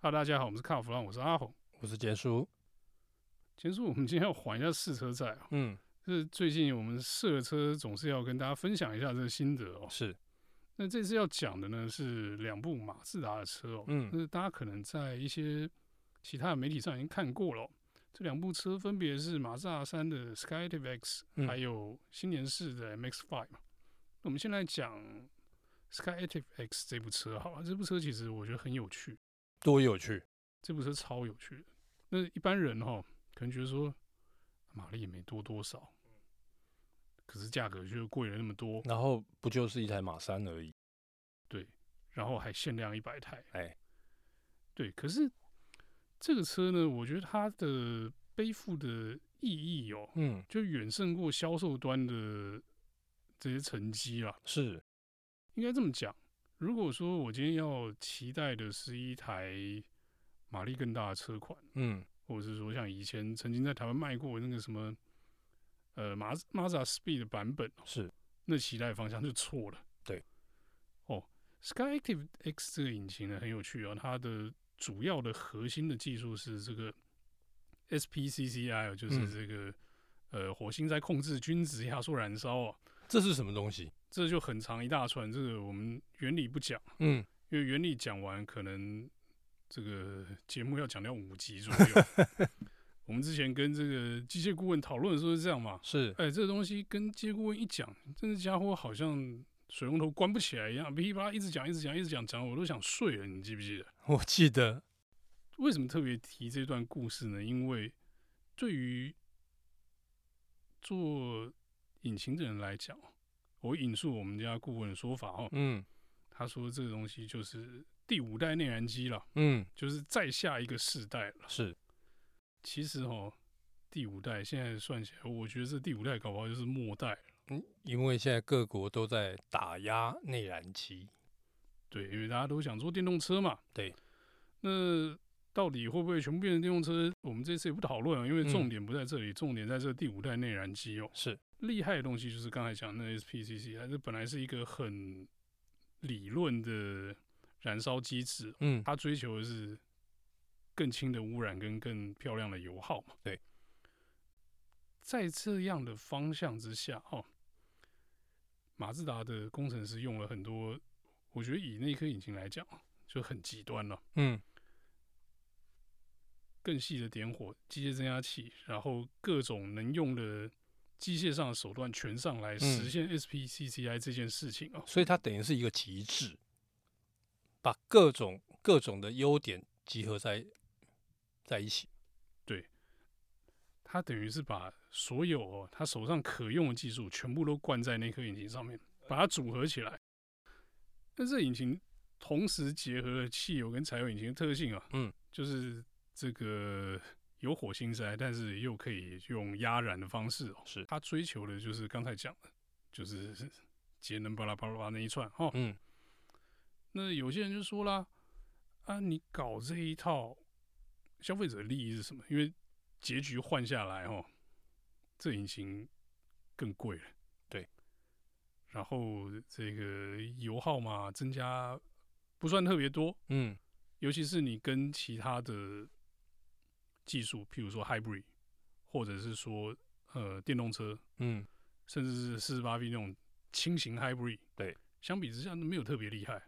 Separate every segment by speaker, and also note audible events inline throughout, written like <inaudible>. Speaker 1: Hello，大家好，我们是卡弗朗，我是阿红。
Speaker 2: 我是杰叔。
Speaker 1: 其实我们今天要还一下试车债哦，
Speaker 2: 嗯，
Speaker 1: 就是最近我们试了车，总是要跟大家分享一下这个心得哦。
Speaker 2: 是，
Speaker 1: 那这次要讲的呢是两部马自达的车哦，
Speaker 2: 嗯
Speaker 1: 那大家可能在一些其他的媒体上已经看过了哦、这两部车分别是马自达三的 Skyactiv X，、
Speaker 2: 嗯
Speaker 1: 还有新年式的 MX Five 嘛。那我们先来讲 Skyactiv X 这部车好了，这部车其实我觉得很有趣，
Speaker 2: 多有趣。
Speaker 1: 这部车超有趣的。那一般人哈、可能觉得说马力也没多多少，可是价格就贵了那么多，
Speaker 2: 然后不就是一台马三而已？
Speaker 1: 然后还限量一百台。
Speaker 2: 哎，
Speaker 1: 对，可是这个车呢，我觉得它的背负的意义哦，
Speaker 2: 嗯，
Speaker 1: 就远胜过销售端的这些成绩啦。
Speaker 2: 是，
Speaker 1: 应该这么讲，如果说我今天要期待的是一台马力更大的车款，
Speaker 2: 嗯，
Speaker 1: 或者是说像以前曾经在台湾卖过那个什么呃马自马自达 Speed 的版本哦，
Speaker 2: 是，
Speaker 1: 那期待方向就错了。
Speaker 2: 对，
Speaker 1: 哦，Skyactiv X 这个引擎呢很有趣哦，它的主要的核心的技术是这个 SPCCI，哦就是
Speaker 2: 嗯
Speaker 1: 这个、呃火星在控制均值压缩燃烧哦，
Speaker 2: 这是什么东西？
Speaker 1: 这就很长一大串，这个我们原理不讲，
Speaker 2: 嗯，
Speaker 1: 因为原理讲完可能这个 <laughs> 节目要讲到五集左右。 <laughs> 我们之前跟这个机械顾问讨论的时候是这样嘛，
Speaker 2: 是，
Speaker 1: 哎，这个东西跟接顾问一讲，这家伙好像水龙头关不起来一样，噼里啪啦一直讲，一直讲，一直讲，讲得我都想睡了，你记不记得？
Speaker 2: <laughs> 我记得，
Speaker 1: 为什么特别提这段故事呢？因为对于做引擎的人来讲，我引述我们家顾问的说法哦，
Speaker 2: 嗯
Speaker 1: 他说这个东西就是第五代内燃机了，
Speaker 2: 嗯，
Speaker 1: 就是再下一个世代了。
Speaker 2: 是，
Speaker 1: 其实哦，第五代现在算起来，我觉得这第五代搞不好就是末代。
Speaker 2: 嗯，因为现在各国都在打压内燃机，
Speaker 1: 对，因为大家都想做电动车嘛。
Speaker 2: 对，
Speaker 1: 那到底会不会全部变成电动车？我们这次也不讨论啊，因为
Speaker 2: 嗯
Speaker 1: 重点不在这里，重点在这第五代内燃机哦。
Speaker 2: 是，
Speaker 1: 厉害的东西就是刚才讲的那 SPCC，它这本来是一个很理论的燃烧机制，哦
Speaker 2: 嗯，
Speaker 1: 它追求的是更轻的污染跟更漂亮的油耗嘛。
Speaker 2: 对，
Speaker 1: 在这样的方向之下，哦，马自达的工程师用了很多，我觉得以那颗引擎来讲，就很极端了，
Speaker 2: 嗯，
Speaker 1: 更细的点火、机械增压器，然后各种能用的机械上的手段全上来，实现 SPCCI 这件事情哦。
Speaker 2: 所以它等于是一个极致，把各种各种的优点集合在在一起。
Speaker 1: 他等于是把所有哦他手上可用的技术全部都灌在那颗引擎上面，把它组合起来。但这引擎同时结合了汽油跟柴油引擎的特性啊，
Speaker 2: 嗯，
Speaker 1: 就是这个有火星塞，但是又可以用压燃的方式哦。
Speaker 2: 是
Speaker 1: 他追求的就是刚才讲的，就是 <laughs> 节能巴拉巴拉巴拉那一串哦。
Speaker 2: 嗯，
Speaker 1: 那有些人就说啦，啊，你搞这一套，消费者的利益是什么？因为结局换下来哦，这引擎更贵了，
Speaker 2: 对。
Speaker 1: 然后这个油耗嘛，增加不算特别多，
Speaker 2: 嗯，
Speaker 1: 尤其是你跟其他的技术，譬如说 hybrid，或者是说呃电动车，
Speaker 2: 嗯，
Speaker 1: 甚至是四十八 V 那种轻型 Hybrid，
Speaker 2: 对，
Speaker 1: 相比之下没有特别厉害。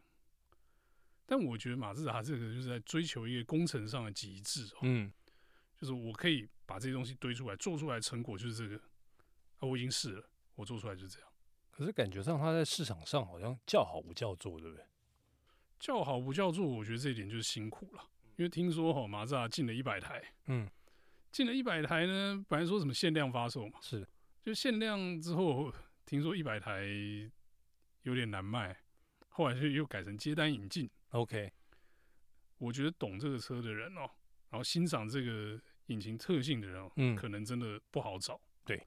Speaker 1: 但我觉得马自达这个就是在追求一个工程上的极致哦，
Speaker 2: 嗯，
Speaker 1: 就是我可以把这些东西堆出来，做出来的成果就是这个。啊，我已经试了，我做出来就是这样，
Speaker 2: 可是感觉上它在市场上好像叫好不叫座，对不对？
Speaker 1: 叫好不叫座，我觉得这一点就是辛苦了。因为听说哦，马自达进了一百台，
Speaker 2: 嗯，
Speaker 1: 进了一百台呢，本来说什么限量发售嘛，
Speaker 2: 是，
Speaker 1: 就限量之后，听说一百台有点难卖，后来就又改成接单引进。
Speaker 2: OK，
Speaker 1: 我觉得懂这个车的人哦，然后欣赏这个引擎特性的人哦，
Speaker 2: 嗯
Speaker 1: 可能真的不好找。
Speaker 2: 对，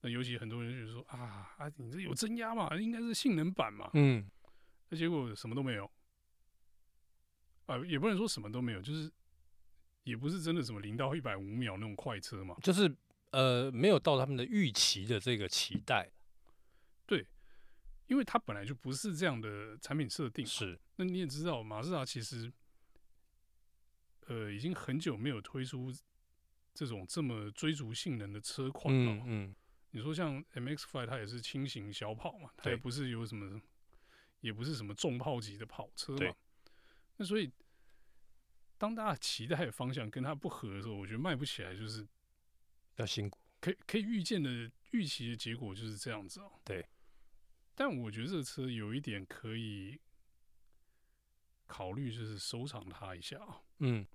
Speaker 1: 那尤其很多人就说啊啊，你这有增压嘛，应该是性能版嘛，
Speaker 2: 嗯，
Speaker 1: 那、结果什么都没有。啊，也不能说什么都没有，就是也不是真的什么零到一百五秒那种快车嘛。
Speaker 2: 就是呃，没有到他们的预期的这个期待，
Speaker 1: 因为它本来就不是这样的产品设定。
Speaker 2: 是，
Speaker 1: 那你也知道，马自达其实呃已经很久没有推出这种这么追逐性能的车款了、
Speaker 2: 嗯嗯，
Speaker 1: 你说像 MX Five 它也是轻型小跑嘛，它
Speaker 2: 对
Speaker 1: 也不是有什么，也不是什么重炮级的跑车嘛
Speaker 2: 对。
Speaker 1: 那所以，当大家期待的方向跟它不合的时候，我觉得卖不起来，就是
Speaker 2: 要辛苦。
Speaker 1: 可以可以预见的预期的结果就是这样子哦、
Speaker 2: 对。
Speaker 1: 但我觉得这个车有一点可以考虑，就是收藏它一下啊、
Speaker 2: 嗯，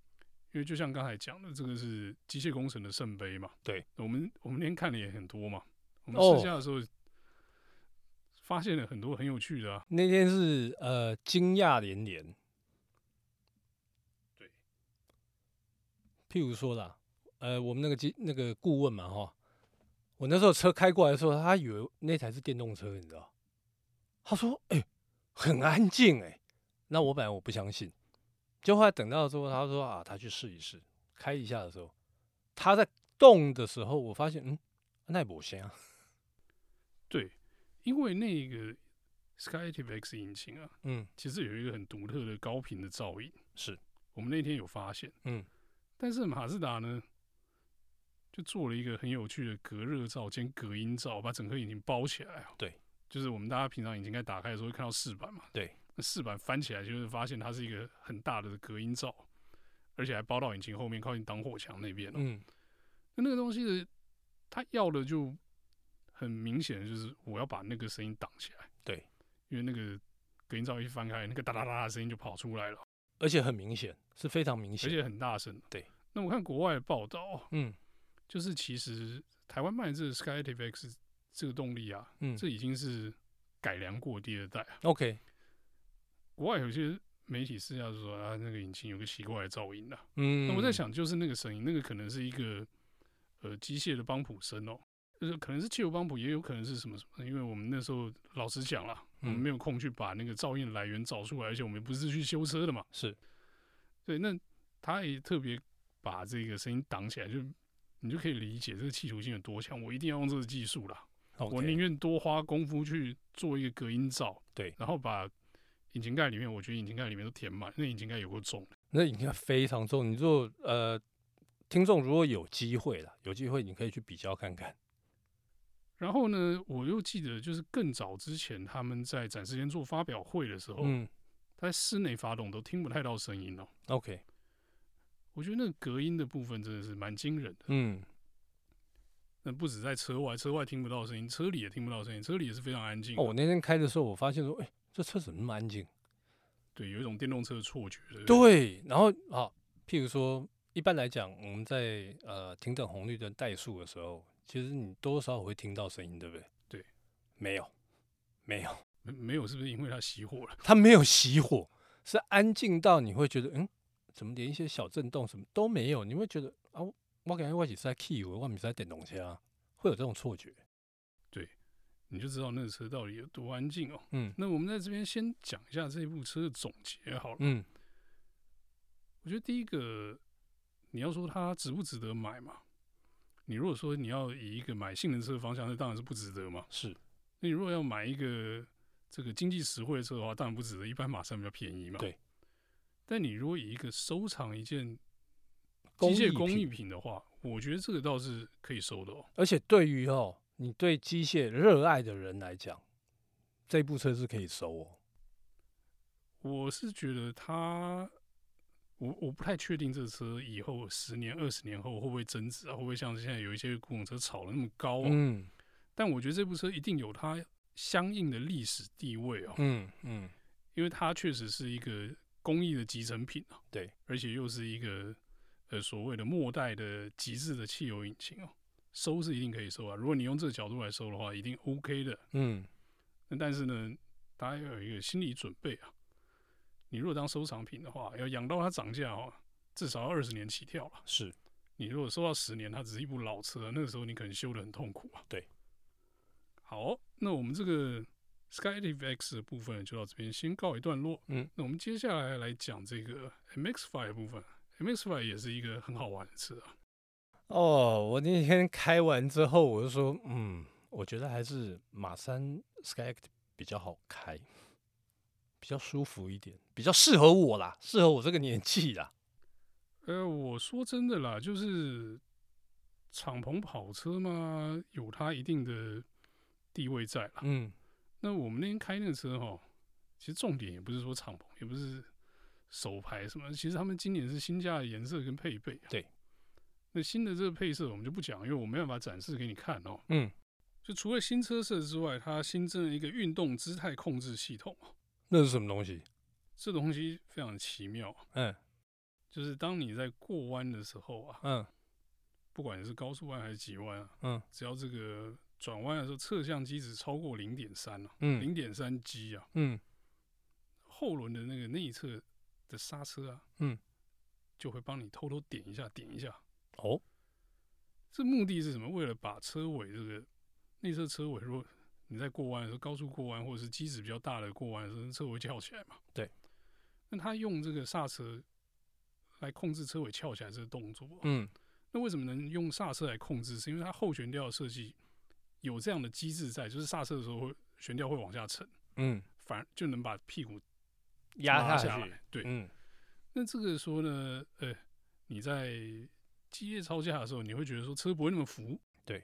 Speaker 1: 因为就像刚才讲的，这个是机械工程的圣杯嘛。
Speaker 2: 对，
Speaker 1: 我们我们那天看的也很多嘛。我们
Speaker 2: 哦
Speaker 1: 试驾的时候、发现了很多很有趣的啊。
Speaker 2: 那天是呃惊讶连连。
Speaker 1: 对，
Speaker 2: 譬如说啦，呃，我们那个机那个顾问嘛，哈，我那时候车开过来的时候，他以为那台是电动车，你知道？他说：“哎、很安静哎、那我本来我不相信，就后来等到之后，他说：“啊，他去试一试，开一下的时候，他在动的时候，我发现，嗯，那也不行啊。
Speaker 1: 对，因为那个 Skyactiv X 引擎啊，
Speaker 2: 嗯，
Speaker 1: 其实有一个很独特的高频的噪音，
Speaker 2: 是，
Speaker 1: 我们那天有发现。
Speaker 2: 嗯，
Speaker 1: 但是马自达呢，就做了一个很有趣的隔热罩兼隔音罩，把整个引擎包起来、哦。
Speaker 2: 对，
Speaker 1: 就是我们大家平常引擎盖打开的时候会看到饰板嘛。
Speaker 2: 对，
Speaker 1: 那饰板翻起来就会发现它是一个很大的隔音罩，而且还包到引擎后面靠近挡火墙那边、哦。
Speaker 2: 嗯，
Speaker 1: 那那个东西的，他要的就很明显，就是我要把那个声音挡起来。
Speaker 2: 对，
Speaker 1: 因为那个隔音罩一翻开，那个哒哒哒的声音就跑出来了，
Speaker 2: 而且很明显，是非常明
Speaker 1: 而
Speaker 2: 显。
Speaker 1: 且很大声。
Speaker 2: 对，
Speaker 1: 那我看国外的报道，
Speaker 2: 嗯
Speaker 1: 就是其实台湾卖的这个 Skyactiv X 这个动力啊，
Speaker 2: 嗯
Speaker 1: 这已经是改良过第二代啊。
Speaker 2: ，OK，
Speaker 1: 国外有些媒体私下就说啊，那个引擎有个奇怪的噪音的、啊
Speaker 2: 嗯，
Speaker 1: 那我在，想，就是那个声音，那个可能是一个呃机械的帮浦声哦，就是可能是汽油帮浦，也有可能是什么什么。因为我们那时候老实讲啦，我们
Speaker 2: 嗯
Speaker 1: 没有空去把那个噪音来源找出来，而且我们不是去修车的嘛，
Speaker 2: 是，
Speaker 1: 对，那他也特别把这个声音挡起来，就你就可以理解这个企图心有多强。我一定要用这个技术啦，我
Speaker 2: OK，
Speaker 1: 宁愿多花功夫去做一个隔音罩，
Speaker 2: 对
Speaker 1: 然后把引擎盖里面，我觉得引擎盖里面都填满，那引擎盖有够重。
Speaker 2: 那应该非常重。你如果呃，听众如果有机会了，有机会你可以去比较看看。
Speaker 1: 然后呢，我又记得就是更早之前他们在展示间做发表会的时候，
Speaker 2: 嗯
Speaker 1: 他在室内发动都听不太到声音哦。
Speaker 2: ，OK，
Speaker 1: 我觉得那个隔音的部分真的是蛮惊人的。
Speaker 2: 嗯，
Speaker 1: 那不止在车外，车外听不到声音，车里也听不到声音，车里也是非常安静的。
Speaker 2: 哦，我那天开的时候，我发现说，哎、这车怎么那么安静？
Speaker 1: 对，有一种电动车的错觉。对不对
Speaker 2: 对，然后好，譬如说，一般来讲，我们在呃停等红绿灯怠速的时候，其实你多多少少会听到声音，对不对？
Speaker 1: 对，
Speaker 2: 没有，没有，
Speaker 1: 没没有，是不是因为它熄火了？
Speaker 2: 它没有熄火，是安静到你会觉得，嗯，怎么连一些小震动什么都没有？你会觉得啊，我我感觉我只是在 key，我我只是在电动车啊，会有这种错觉。
Speaker 1: 你就知道那个车到底有多安静哦。
Speaker 2: 嗯
Speaker 1: 那我们在这边先讲一下这部车的总结好了。
Speaker 2: 嗯，
Speaker 1: 我觉得第一个，你要说它值不值得买嘛？你如果说你要以一个买性能车的方向，那当然是不值得嘛。
Speaker 2: 是
Speaker 1: 那你如果要买一个这个经济实惠的车的话，当然不值得，一般马上比较便宜嘛。
Speaker 2: 对。
Speaker 1: 但你如果以一个收藏一件机
Speaker 2: 工
Speaker 1: 械
Speaker 2: 艺
Speaker 1: 工
Speaker 2: 品
Speaker 1: 艺品的话，我觉得这个倒是可以收的哦。
Speaker 2: 而且对于哦，你对机械热爱的人来讲，这部车是可以收哦。
Speaker 1: 我是觉得它，我我不太确定这车以后十年、二十年后会不会增值啊，会不会像现在有一些古董车炒的那么高、啊？
Speaker 2: 嗯
Speaker 1: 但我觉得这部车一定有它相应的历史地位哦，
Speaker 2: 嗯嗯，
Speaker 1: 因为它确实是一个工艺的集成品啊。
Speaker 2: 对，
Speaker 1: 而且又是一个呃所谓的末代的极致的汽油引擎哦，收是一定可以收啊。如果你用这个角度来收的话，一定 OK 的。
Speaker 2: 嗯，
Speaker 1: 那但是呢，大家要有一个心理准备啊，你如果当收藏品的话，要养到它涨价哦，至少要二十年起跳了。
Speaker 2: 是
Speaker 1: 你如果收到十年，它只是一部老车，那个时候你可能修的很痛苦啊。
Speaker 2: 对。
Speaker 1: 好哦、那我们这个 Skydive X 的部分就到这边先告一段落。
Speaker 2: 嗯，
Speaker 1: 那我们接下来来讲这个 MX Five 部分。MX Five 也是一个很好玩的车啊。
Speaker 2: 哦。我那天开完之后，我就说，嗯，我觉得还是马三 Sky 比较好开，比较舒服一点，比较适合我啦，适合我这个年纪啦。
Speaker 1: 呃，我说真的啦，就是敞篷跑车嘛，有它一定的地位在啦。
Speaker 2: 嗯，
Speaker 1: 那我们那天开那个车哈，其实重点也不是说敞篷，也不是手牌什么，其实他们今年是新加的颜色跟配备、啊。
Speaker 2: 对，
Speaker 1: 那新的这个配色我们就不讲，因为我没办法展示给你看哦。
Speaker 2: 嗯，
Speaker 1: 就除了新车色之外，它新增了一个运动姿态控制系统哦，
Speaker 2: 那是什么东西？
Speaker 1: 这东西非常奇妙，啊
Speaker 2: 嗯
Speaker 1: 就是当你在过弯的时候啊，
Speaker 2: 嗯
Speaker 1: 不管是高速弯还是急弯啊，
Speaker 2: 嗯
Speaker 1: 只要这个转弯的时候侧向机值超过零点三啊，
Speaker 2: 嗯
Speaker 1: 零点三 G 啊，
Speaker 2: 嗯
Speaker 1: 后轮的那个内侧的刹车啊，
Speaker 2: 嗯，
Speaker 1: 就会帮你偷偷点一下，点一下。
Speaker 2: 哦，
Speaker 1: 这目的是什么？为了把车尾这个内侧车尾，如果你在过弯的时候，高速过弯或者是机子比较大的过弯的时候，车尾会翘起来嘛？
Speaker 2: 对。
Speaker 1: 那他用这个刹车来控制车尾翘起来这个动作。
Speaker 2: 嗯
Speaker 1: 那为什么能用刹车来控制？是因为它后悬吊的设计有这样的机制在，就是刹车的时候会悬吊会往下沉，
Speaker 2: 嗯，
Speaker 1: 反而就能把屁股
Speaker 2: 压
Speaker 1: 拉
Speaker 2: 下
Speaker 1: 来。，对，
Speaker 2: 嗯
Speaker 1: 那这个说呢，呃，你在激烈超价的时候，你会觉得说车不会那么浮。
Speaker 2: 对，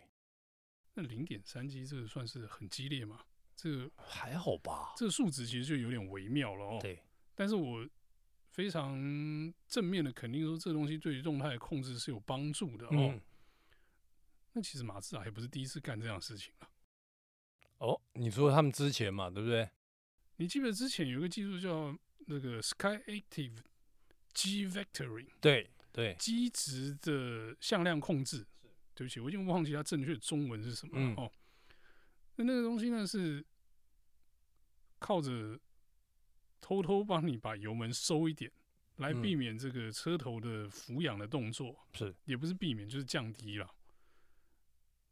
Speaker 1: 那零点三 G 这个算是很激烈嘛？这个
Speaker 2: 还好吧？
Speaker 1: 这个数值其实就有点微妙了哦。
Speaker 2: 对，
Speaker 1: 但是我非常正面的肯定说，这东西对于动态的控制是有帮助的哦。
Speaker 2: 嗯
Speaker 1: 那其实马自达也不是第一次干这样的事情啊了。
Speaker 2: 哦，你说他们之前嘛，对不对？
Speaker 1: 你记不记得之前有一个技术叫那个 Sky Active G Vectoring？
Speaker 2: 对对，
Speaker 1: 基值的向量控制。对不起，我已经忘记它正确中文是什么了、
Speaker 2: 嗯
Speaker 1: 哦。那那个东西呢是靠着偷偷帮你把油门收一点，来
Speaker 2: 嗯
Speaker 1: 避免这个车头的俯仰的动作，
Speaker 2: 是
Speaker 1: 也不是避免，就是降低了。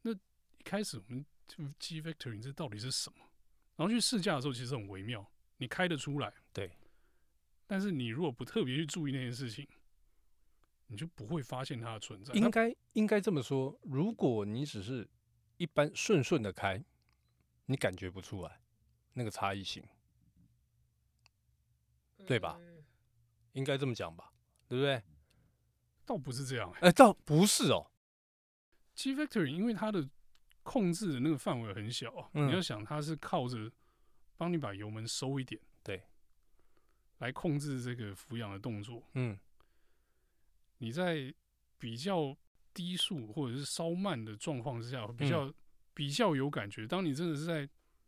Speaker 1: 那一开始我们就 G Vectoring 这到底是什么？然后去试驾的时候其实很微妙，你开得出来，
Speaker 2: 对，
Speaker 1: 但是你如果不特别去注意那件事情，你就不会发现它的存在。
Speaker 2: 应该应该这么说。如果你只是一般顺顺的开，你感觉不出来那个差异性，
Speaker 1: 那
Speaker 2: 对吧？
Speaker 1: 嗯
Speaker 2: 应该这么讲吧？对不对？
Speaker 1: 倒不是这样、欸。
Speaker 2: 哎，倒不是哦，
Speaker 1: G Factory 因为它的控制的那个范围很小啊、
Speaker 2: 嗯
Speaker 1: 你要想它是靠着帮你把油门收一点，
Speaker 2: 对，
Speaker 1: 来控制这个俯仰的动作。
Speaker 2: 嗯
Speaker 1: 你在比较低速或者是稍慢的状况之下，比较、
Speaker 2: 嗯
Speaker 1: 比较有感觉。当你真的是在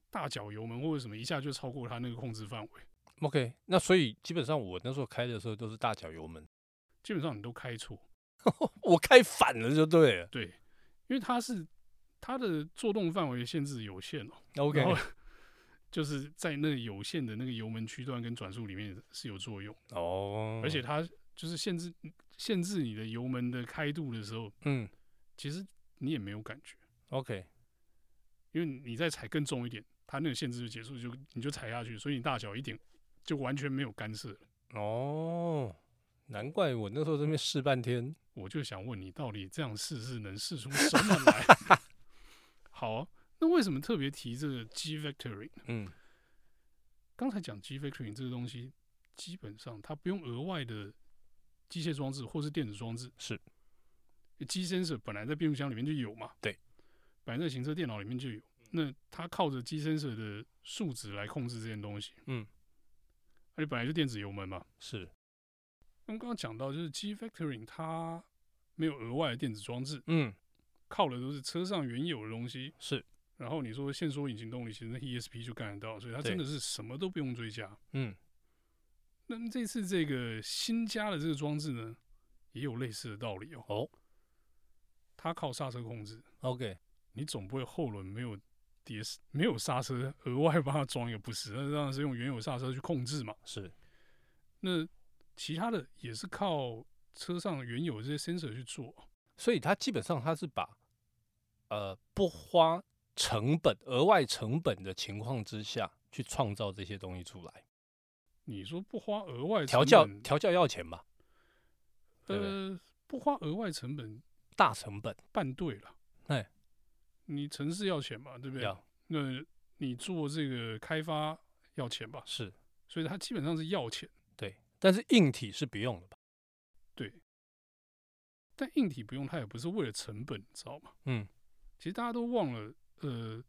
Speaker 1: 大脚油门或者什么，一下就超过它那个控制范围，
Speaker 2: ，OK。那所以基本上我那时候开的时候都是大脚油门，
Speaker 1: 基本上你都开错。
Speaker 2: 我开反了就对了。
Speaker 1: 对，因为它是它的做动范围限制有限哦、
Speaker 2: OK，
Speaker 1: 然后 <laughs> 就是在那有限的那个油门区段跟转速里面是有作用，
Speaker 2: 哦，
Speaker 1: 而且它就是限制限制你的油门的开度的时候，
Speaker 2: 嗯
Speaker 1: 其实你也没有感觉，
Speaker 2: ，OK，
Speaker 1: 因为你再踩更重一点，它那个限制就结束，就你就踩下去，所以你大小一点就完全没有干涉了。
Speaker 2: 哦，难怪我那时候这边试半天，
Speaker 1: 我就想问你，到底这样试试能试出什么来？ <laughs> 好、啊，那为什么特别提这个 G Vectory 呢？
Speaker 2: 嗯
Speaker 1: 刚才讲 G Vectoring 这个东西，基本上它不用额外的机械装置或是电子装置，
Speaker 2: 是
Speaker 1: G sensor 本来在变速箱里面就有嘛，
Speaker 2: 对，
Speaker 1: 本来在行车电脑里面就有。那它靠着 G sensor 的数值来控制这件东西，
Speaker 2: 嗯，
Speaker 1: 而且本来就电子油门嘛。
Speaker 2: 是，
Speaker 1: 那我们刚刚讲到，就是 G Vectoring 它没有额外的电子装置，
Speaker 2: 嗯
Speaker 1: 靠的都是车上原有的东西。
Speaker 2: 是，
Speaker 1: 然后你说线索引擎动力，其实那 ESP 就干得到，所以它
Speaker 2: 对
Speaker 1: 真的是什么都不用追加。
Speaker 2: 嗯
Speaker 1: 那么这次这个新加的这个装置呢，也有类似的道理哦。
Speaker 2: 哦，
Speaker 1: 它靠刹车控制，
Speaker 2: ，OK，
Speaker 1: 你总不会后轮没有碟没有刹车，额外帮它装一个不是？那当然是用原有刹车去控制嘛。
Speaker 2: 是，
Speaker 1: 那其他的也是靠车上原有这些 sensor 去做。
Speaker 2: 所以它基本上它是把呃不花成本、额外成本的情况之下去创造这些东西出来，
Speaker 1: 你说不花额外
Speaker 2: 调
Speaker 1: 成
Speaker 2: 教
Speaker 1: 本
Speaker 2: 调教要钱吧，对不对
Speaker 1: 呃，不花额外成本
Speaker 2: 大成本
Speaker 1: 办对了。
Speaker 2: 哎，
Speaker 1: 你城市要钱嘛，对不对？
Speaker 2: 要
Speaker 1: 那你做这个开发要钱吧，
Speaker 2: 是
Speaker 1: 所以它基本上是要钱。
Speaker 2: 对，但是硬体是不用的吧？
Speaker 1: 对，但硬体不用，它也不是为了成本，你知道吗？
Speaker 2: 嗯
Speaker 1: 其实大家都忘了，呃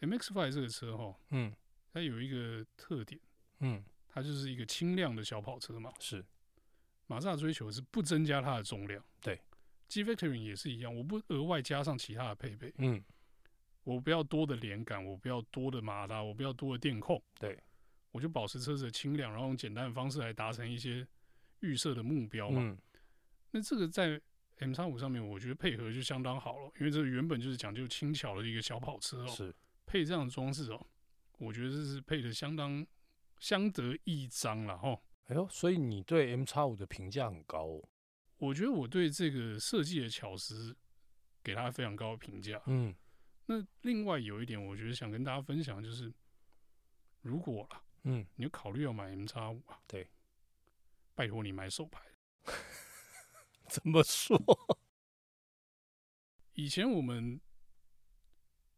Speaker 1: ，MX Five 这个车哈，
Speaker 2: 嗯
Speaker 1: 它有一个特点，
Speaker 2: 嗯，
Speaker 1: 它就是一个轻量的小跑车嘛。
Speaker 2: 是
Speaker 1: 马自达追求的是不增加它的重量，
Speaker 2: 对
Speaker 1: ，G Factory 也是一样，我不额外加上其他的配备，
Speaker 2: 嗯
Speaker 1: 我不要多的连杆，我不要多的马达，我不要多的电控，
Speaker 2: 对，
Speaker 1: 我就保持车子的轻量，然后用简单的方式来达成一些预设的目标嘛。
Speaker 2: 嗯
Speaker 1: 那这个在 M 叉五上面，我觉得配合就相当好了，因为这原本就是讲究轻巧的一个小跑车哦，
Speaker 2: 是
Speaker 1: 配这样的装饰哦，我觉得这是配的相当相得益彰了哦。
Speaker 2: 哎呦，所以你对 M 叉五的评价很高哦。
Speaker 1: 我觉得我对这个设计的巧思给他非常高的评价。
Speaker 2: 嗯
Speaker 1: 那另外有一点，我觉得想跟大家分享就是，如果啦， <laughs>
Speaker 2: 嗯，
Speaker 1: 你有考虑要买 M 叉五啊，
Speaker 2: 对，
Speaker 1: 拜托你买手牌。
Speaker 2: 怎么
Speaker 1: <laughs>
Speaker 2: 说？
Speaker 1: 以前我们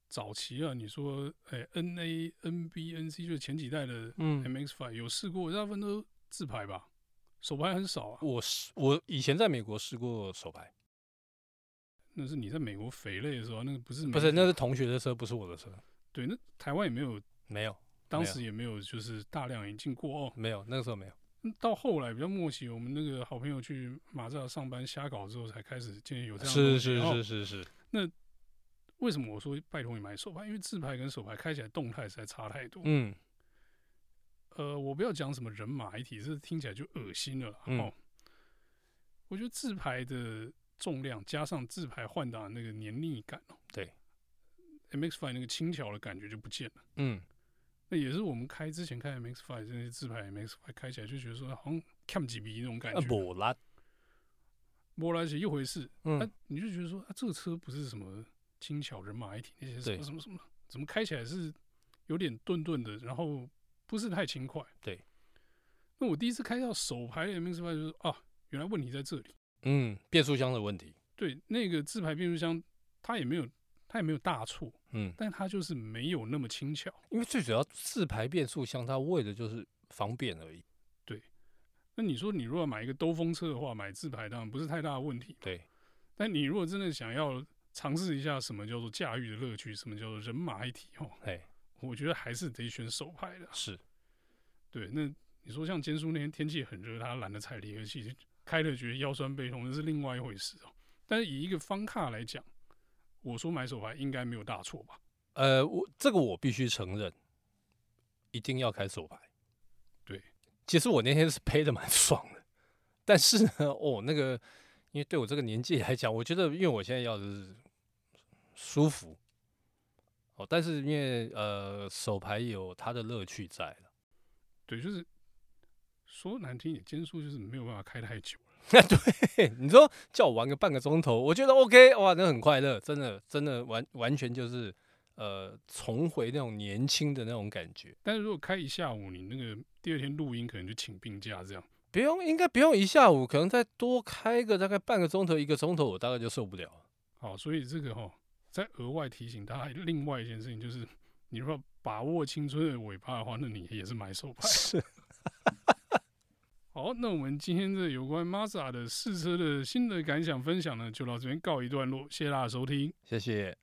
Speaker 1: 早期啊，你说哎，N A N B N C 就是前几代的
Speaker 2: 嗯，
Speaker 1: M X Five 有试过，大部分都自排吧，手牌很少啊。
Speaker 2: 我是我以前在美国试过手牌，
Speaker 1: 那是你在美国肥累的时候啊，那个不是
Speaker 2: 不是
Speaker 1: 美
Speaker 2: 那是同学的车，不是我的车，
Speaker 1: 对，那台湾也没有，
Speaker 2: 没有
Speaker 1: 当
Speaker 2: 没有
Speaker 1: 时也没有就是大量引进过哦。
Speaker 2: 没有，那个时候没有。
Speaker 1: 嗯到后来比较默契，我们那个好朋友去马自达上班瞎搞之后，才开始渐渐有这样的东西
Speaker 2: 是是。
Speaker 1: 然后
Speaker 2: 是是是，
Speaker 1: 为什么我说拜托你买手牌？因为自拍跟手牌开起来动态实在差太多。
Speaker 2: 嗯
Speaker 1: 呃，我不要讲什么人马一体，这听起来就恶心了啦。
Speaker 2: 嗯
Speaker 1: 哦，我觉得自拍的重量加上自拍换挡的那个黏腻感哦，
Speaker 2: 对
Speaker 1: ，MX Five 那个轻巧的感觉就不见了。
Speaker 2: 嗯
Speaker 1: 那也是我们开之前开 MX Five 这些自排 MX Five 开起来就觉得说好像看不几鼻那种感
Speaker 2: 啊
Speaker 1: 觉，
Speaker 2: 不啦，
Speaker 1: 摸来是一回事，那、
Speaker 2: 嗯
Speaker 1: 你就觉得说啊这个车不是什么轻巧人马一体那些什
Speaker 2: 对
Speaker 1: 么什么什么，怎么开起来是有点顿顿的，然后不是太轻快。
Speaker 2: 对，
Speaker 1: 那我第一次开到手排的 MX Five 就是啊，原来问题在这里。
Speaker 2: 嗯，变速箱的问题，
Speaker 1: 对，那个自排变速箱它也没有它也没有大错，
Speaker 2: 嗯，
Speaker 1: 但它就是没有那么轻巧。
Speaker 2: 因为最主要自排变速箱它为的就是方便而已。
Speaker 1: 那你说你如果买一个兜风车的话，买自排当然不是太大的问题。
Speaker 2: 对，
Speaker 1: 但你如果真的想要尝试一下什么叫做驾驭的乐趣，什么叫做人马一体哦，
Speaker 2: 哎
Speaker 1: 我觉得还是得选手牌的啊。
Speaker 2: 是，
Speaker 1: 对，那你说像坚叔那天天气很热，他懒得踩离合器，开了觉得腰酸背痛，那是另外一回事哦。但是以一个方卡来讲，我说买手牌应该没有大错吧？
Speaker 2: 呃，我这个我必须承认，一定要开手牌。
Speaker 1: 对，
Speaker 2: 其实我那天是背的蛮爽的，但是呢，哦，那个因为对我这个年纪来讲，我觉得因为我现在要的是舒服，哦，但是因为呃手牌有它的乐趣在了，
Speaker 1: 对，就是说难听一点，坚叔就是没有办法开太久了。
Speaker 2: 嘿，你说叫我玩个半个钟头，我觉得 OK，哇，那很快乐，真的真的完完全就是呃重回那种年轻的那种感觉。
Speaker 1: 但是如果开一下午，你那个第二天录音可能就请病假这样。
Speaker 2: 不用，应该不用一下午，可能再多开个大概半个钟头、一个钟头，我大概就受不了了。
Speaker 1: 好，所以这个哈、再额外提醒大家另外一件事情，就是你如果把握青春的尾巴的话，那你也是买手牌。
Speaker 2: 是，
Speaker 1: 好，那我们今天这有关 Mazda 的试车的新的感想分享呢，就到这边告一段落，谢谢大家的收听。
Speaker 2: <laughs> 谢谢。